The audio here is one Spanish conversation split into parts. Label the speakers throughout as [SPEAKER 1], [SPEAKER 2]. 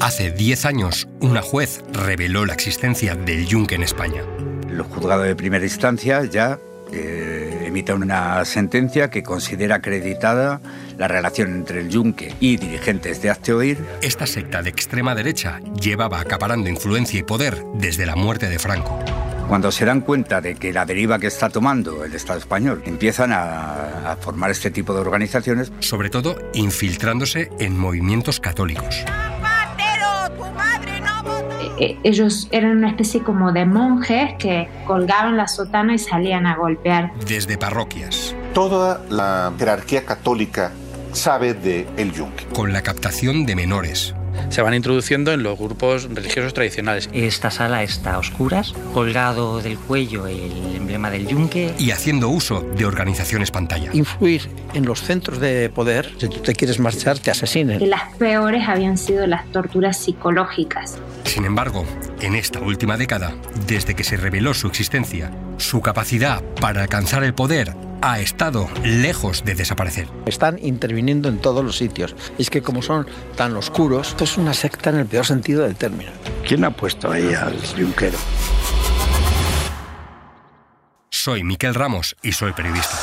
[SPEAKER 1] Hace 10 años, una juez reveló la existencia del yunque en España.
[SPEAKER 2] Los juzgados de primera instancia ya eh, emiten una sentencia que considera acreditada la relación entre el yunque y dirigentes de Azteoir.
[SPEAKER 1] Esta secta de extrema derecha llevaba acaparando influencia y poder desde la muerte de Franco.
[SPEAKER 2] Cuando se dan cuenta de que la deriva que está tomando el Estado español, empiezan a, a formar este tipo de organizaciones.
[SPEAKER 1] Sobre todo infiltrándose en movimientos católicos.
[SPEAKER 3] Eh,
[SPEAKER 4] Eh, ellos eran una especie como de monjes que colgaban la sotana y salían a golpear.
[SPEAKER 1] Desde parroquias.
[SPEAKER 5] Toda la jerarquía católica sabe de el yunque.
[SPEAKER 1] Con la captación de menores.
[SPEAKER 6] Se van introduciendo en los grupos religiosos tradicionales.
[SPEAKER 7] Esta sala está a oscuras, colgado del cuello el emblema del yunque.
[SPEAKER 1] Y haciendo uso de organizaciones pantalla.
[SPEAKER 8] Influir en los centros de poder. Si tú te quieres marchar, te asesinen.
[SPEAKER 4] Que las peores habían sido las torturas psicológicas.
[SPEAKER 1] Sin embargo, en esta última década, desde que se reveló su existencia, su capacidad para alcanzar el poder ha estado lejos de desaparecer.
[SPEAKER 8] Están interviniendo en todos los sitios. Es que como son tan oscuros, esto es una secta en el peor sentido del término.
[SPEAKER 9] ¿Quién ha puesto ahí al yunquero?
[SPEAKER 1] Soy Miquel Ramos y soy periodista.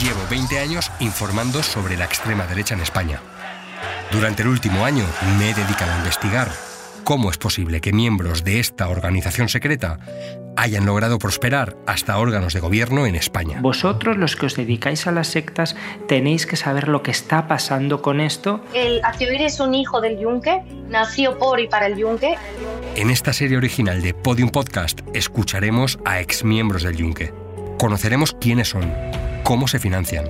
[SPEAKER 1] Llevo 20 años informando sobre la extrema derecha en España. Durante el último año me he dedicado a investigar cómo es posible que miembros de esta organización secreta hayan logrado prosperar hasta órganos de gobierno en España.
[SPEAKER 10] Vosotros los que os dedicáis a las sectas tenéis que saber lo que está pasando con esto.
[SPEAKER 3] El Acioir es un hijo del yunque, nació por y para el yunque.
[SPEAKER 1] En esta serie original de Podium Podcast escucharemos a exmiembros del yunque. Conoceremos quiénes son, cómo se financian,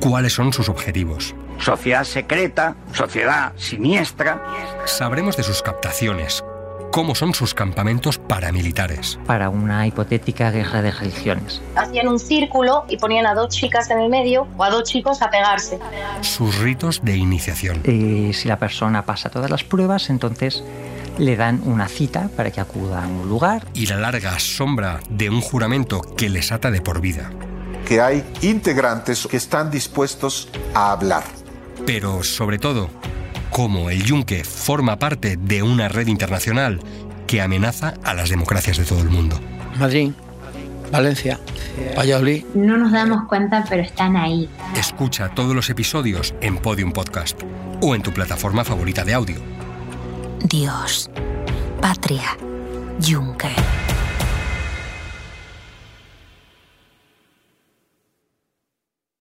[SPEAKER 1] cuáles son sus objetivos.
[SPEAKER 9] Sociedad secreta, sociedad siniestra.
[SPEAKER 1] Sabremos de sus captaciones, cómo son sus campamentos paramilitares.
[SPEAKER 7] Para una hipotética guerra de religiones.
[SPEAKER 3] Hacían un círculo y ponían a dos chicas en el medio o a dos chicos a pegarse.
[SPEAKER 1] Sus ritos de iniciación.
[SPEAKER 7] Eh, si la persona pasa todas las pruebas, entonces le dan una cita para que acuda a un lugar.
[SPEAKER 1] Y la larga sombra de un juramento que les ata de por vida
[SPEAKER 5] que hay integrantes que están dispuestos a hablar.
[SPEAKER 1] Pero sobre todo, cómo el yunque forma parte de una red internacional que amenaza a las democracias de todo el mundo.
[SPEAKER 8] Madrid, Valencia, Valladolid.
[SPEAKER 4] No nos damos cuenta, pero están ahí.
[SPEAKER 1] Escucha todos los episodios en Podium Podcast o en tu plataforma favorita de audio.
[SPEAKER 11] Dios, patria, yunque.